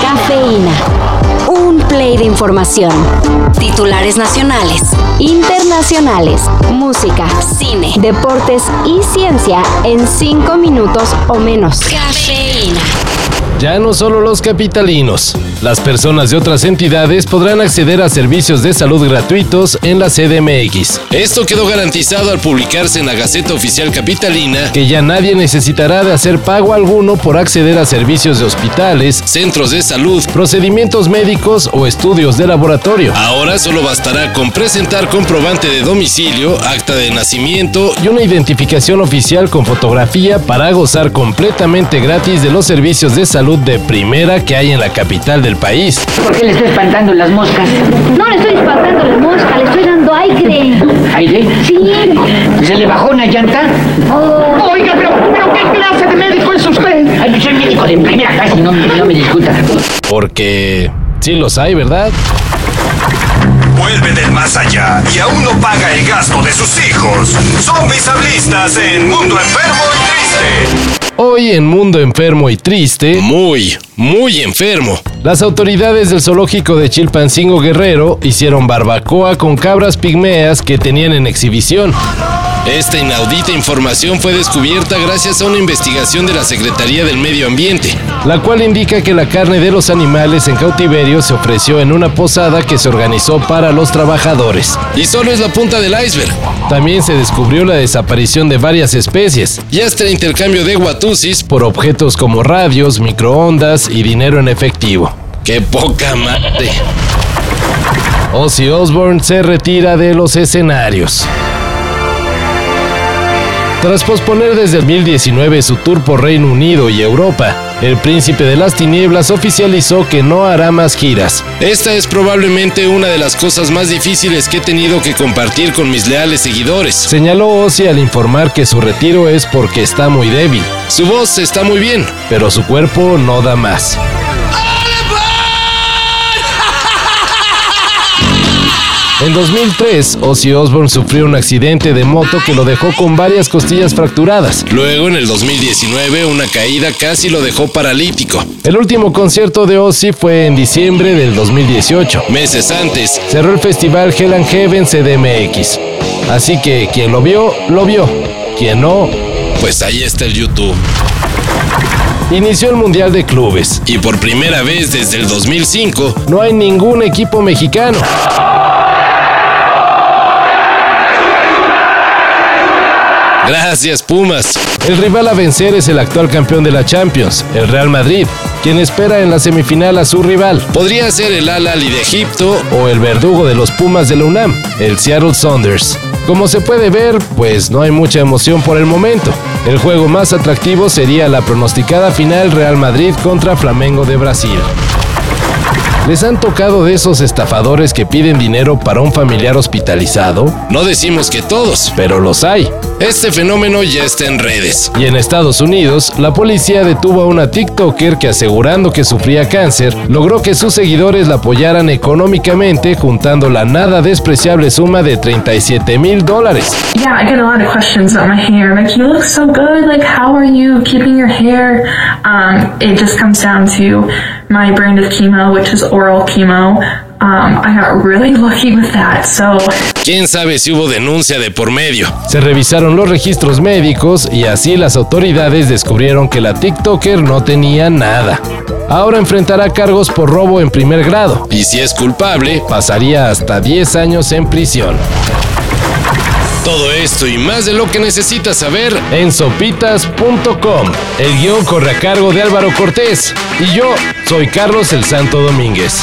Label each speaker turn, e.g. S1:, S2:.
S1: Cafeína. Un play de información. Titulares nacionales, internacionales, música, cine, deportes y ciencia en cinco minutos o menos. Cafeína.
S2: Ya no solo los capitalinos, las personas de otras entidades podrán acceder a servicios de salud gratuitos en la CDMX. Esto quedó garantizado al publicarse en la Gaceta Oficial Capitalina que ya nadie necesitará de hacer pago alguno por acceder a servicios de hospitales, centros de salud, procedimientos médicos o estudios de laboratorio. Ahora solo bastará con presentar comprobante de domicilio, acta de nacimiento y una identificación oficial con fotografía para gozar completamente gratis de los servicios de salud de primera que hay en la capital del país.
S3: ¿Por qué le está espantando las moscas?
S4: No le estoy espantando la mosca, le estoy dando aire.
S3: ¿Aire?
S4: Sí.
S3: ¿Se Pues le bajó una llanta?
S4: Oh,
S3: Oiga, pero, pero ¿qué clase de médico es usted? Ay, yo soy médico de primera clase, no, no me discuta.
S2: Porque sí los hay, ¿verdad?
S5: Vuelve del más allá y aún no paga el gasto de sus hijos. Zombies hablistas en Mundo Enfermo y Triste.
S2: Hoy en Mundo Enfermo y Triste, muy, muy enfermo, las autoridades del zoológico de Chilpancingo Guerrero hicieron barbacoa con cabras pigmeas que tenían en exhibición. Esta inaudita información fue descubierta gracias a una investigación de la Secretaría del Medio Ambiente, la cual indica que la carne de los animales en cautiverio se ofreció en una posada que se organizó para los trabajadores. Y solo es la punta del iceberg. También se descubrió la desaparición de varias especies y hasta el intercambio de guatusis por objetos como radios, microondas y dinero en efectivo. ¡Qué poca madre! Ozzy Osbourne se retira de los escenarios. Tras posponer desde 2019 su tour por Reino Unido y Europa, el príncipe de las tinieblas oficializó que no hará más giras. Esta es probablemente una de las cosas más difíciles que he tenido que compartir con mis leales seguidores, señaló Ozzy al informar que su retiro es porque está muy débil. Su voz está muy bien, pero su cuerpo no da más. En 2003, Ozzy Osbourne sufrió un accidente de moto que lo dejó con varias costillas fracturadas. Luego, en el 2019, una caída casi lo dejó paralítico. El último concierto de Ozzy fue en diciembre del 2018. Meses antes, cerró el festival Hell and Heaven CDMX. Así que quien lo vio, lo vio. Quien no, pues ahí está el YouTube. Inició el Mundial de Clubes y por primera vez desde el 2005 no hay ningún equipo mexicano. Gracias, Pumas. El rival a vencer es el actual campeón de la Champions, el Real Madrid, quien espera en la semifinal a su rival. Podría ser el Al Ahly de Egipto o el verdugo de los Pumas de la UNAM, el Seattle Saunders. Como se puede ver, pues no hay mucha emoción por el momento. El juego más atractivo sería la pronosticada final Real Madrid contra Flamengo de Brasil. ¿Les han tocado de esos estafadores que piden dinero para un familiar hospitalizado? No decimos que todos, pero los hay. Este fenómeno ya está en redes. Y en Estados Unidos, la policía detuvo a una TikToker que asegurando que sufría cáncer, logró que sus seguidores la apoyaran económicamente juntando la nada despreciable suma de 37 mil dólares.
S6: Yeah, I get a lot of questions about my hair. Like, you look so good. Like, how are you keeping your hair? Um, it just comes down to my brand of chemo, which is oral chemo. Um, I got really lucky with that. So,
S2: ¿Quién sabe si hubo denuncia de por medio? Se revisaron los registros médicos y así las autoridades descubrieron que la TikToker no tenía nada. Ahora enfrentará cargos por robo en primer grado. Y si es culpable, pasaría hasta 10 años en prisión. Todo esto y más de lo que necesitas saber en sopitas.com. El guión corre a cargo de Álvaro Cortés. Y yo soy Carlos el Santo Domínguez.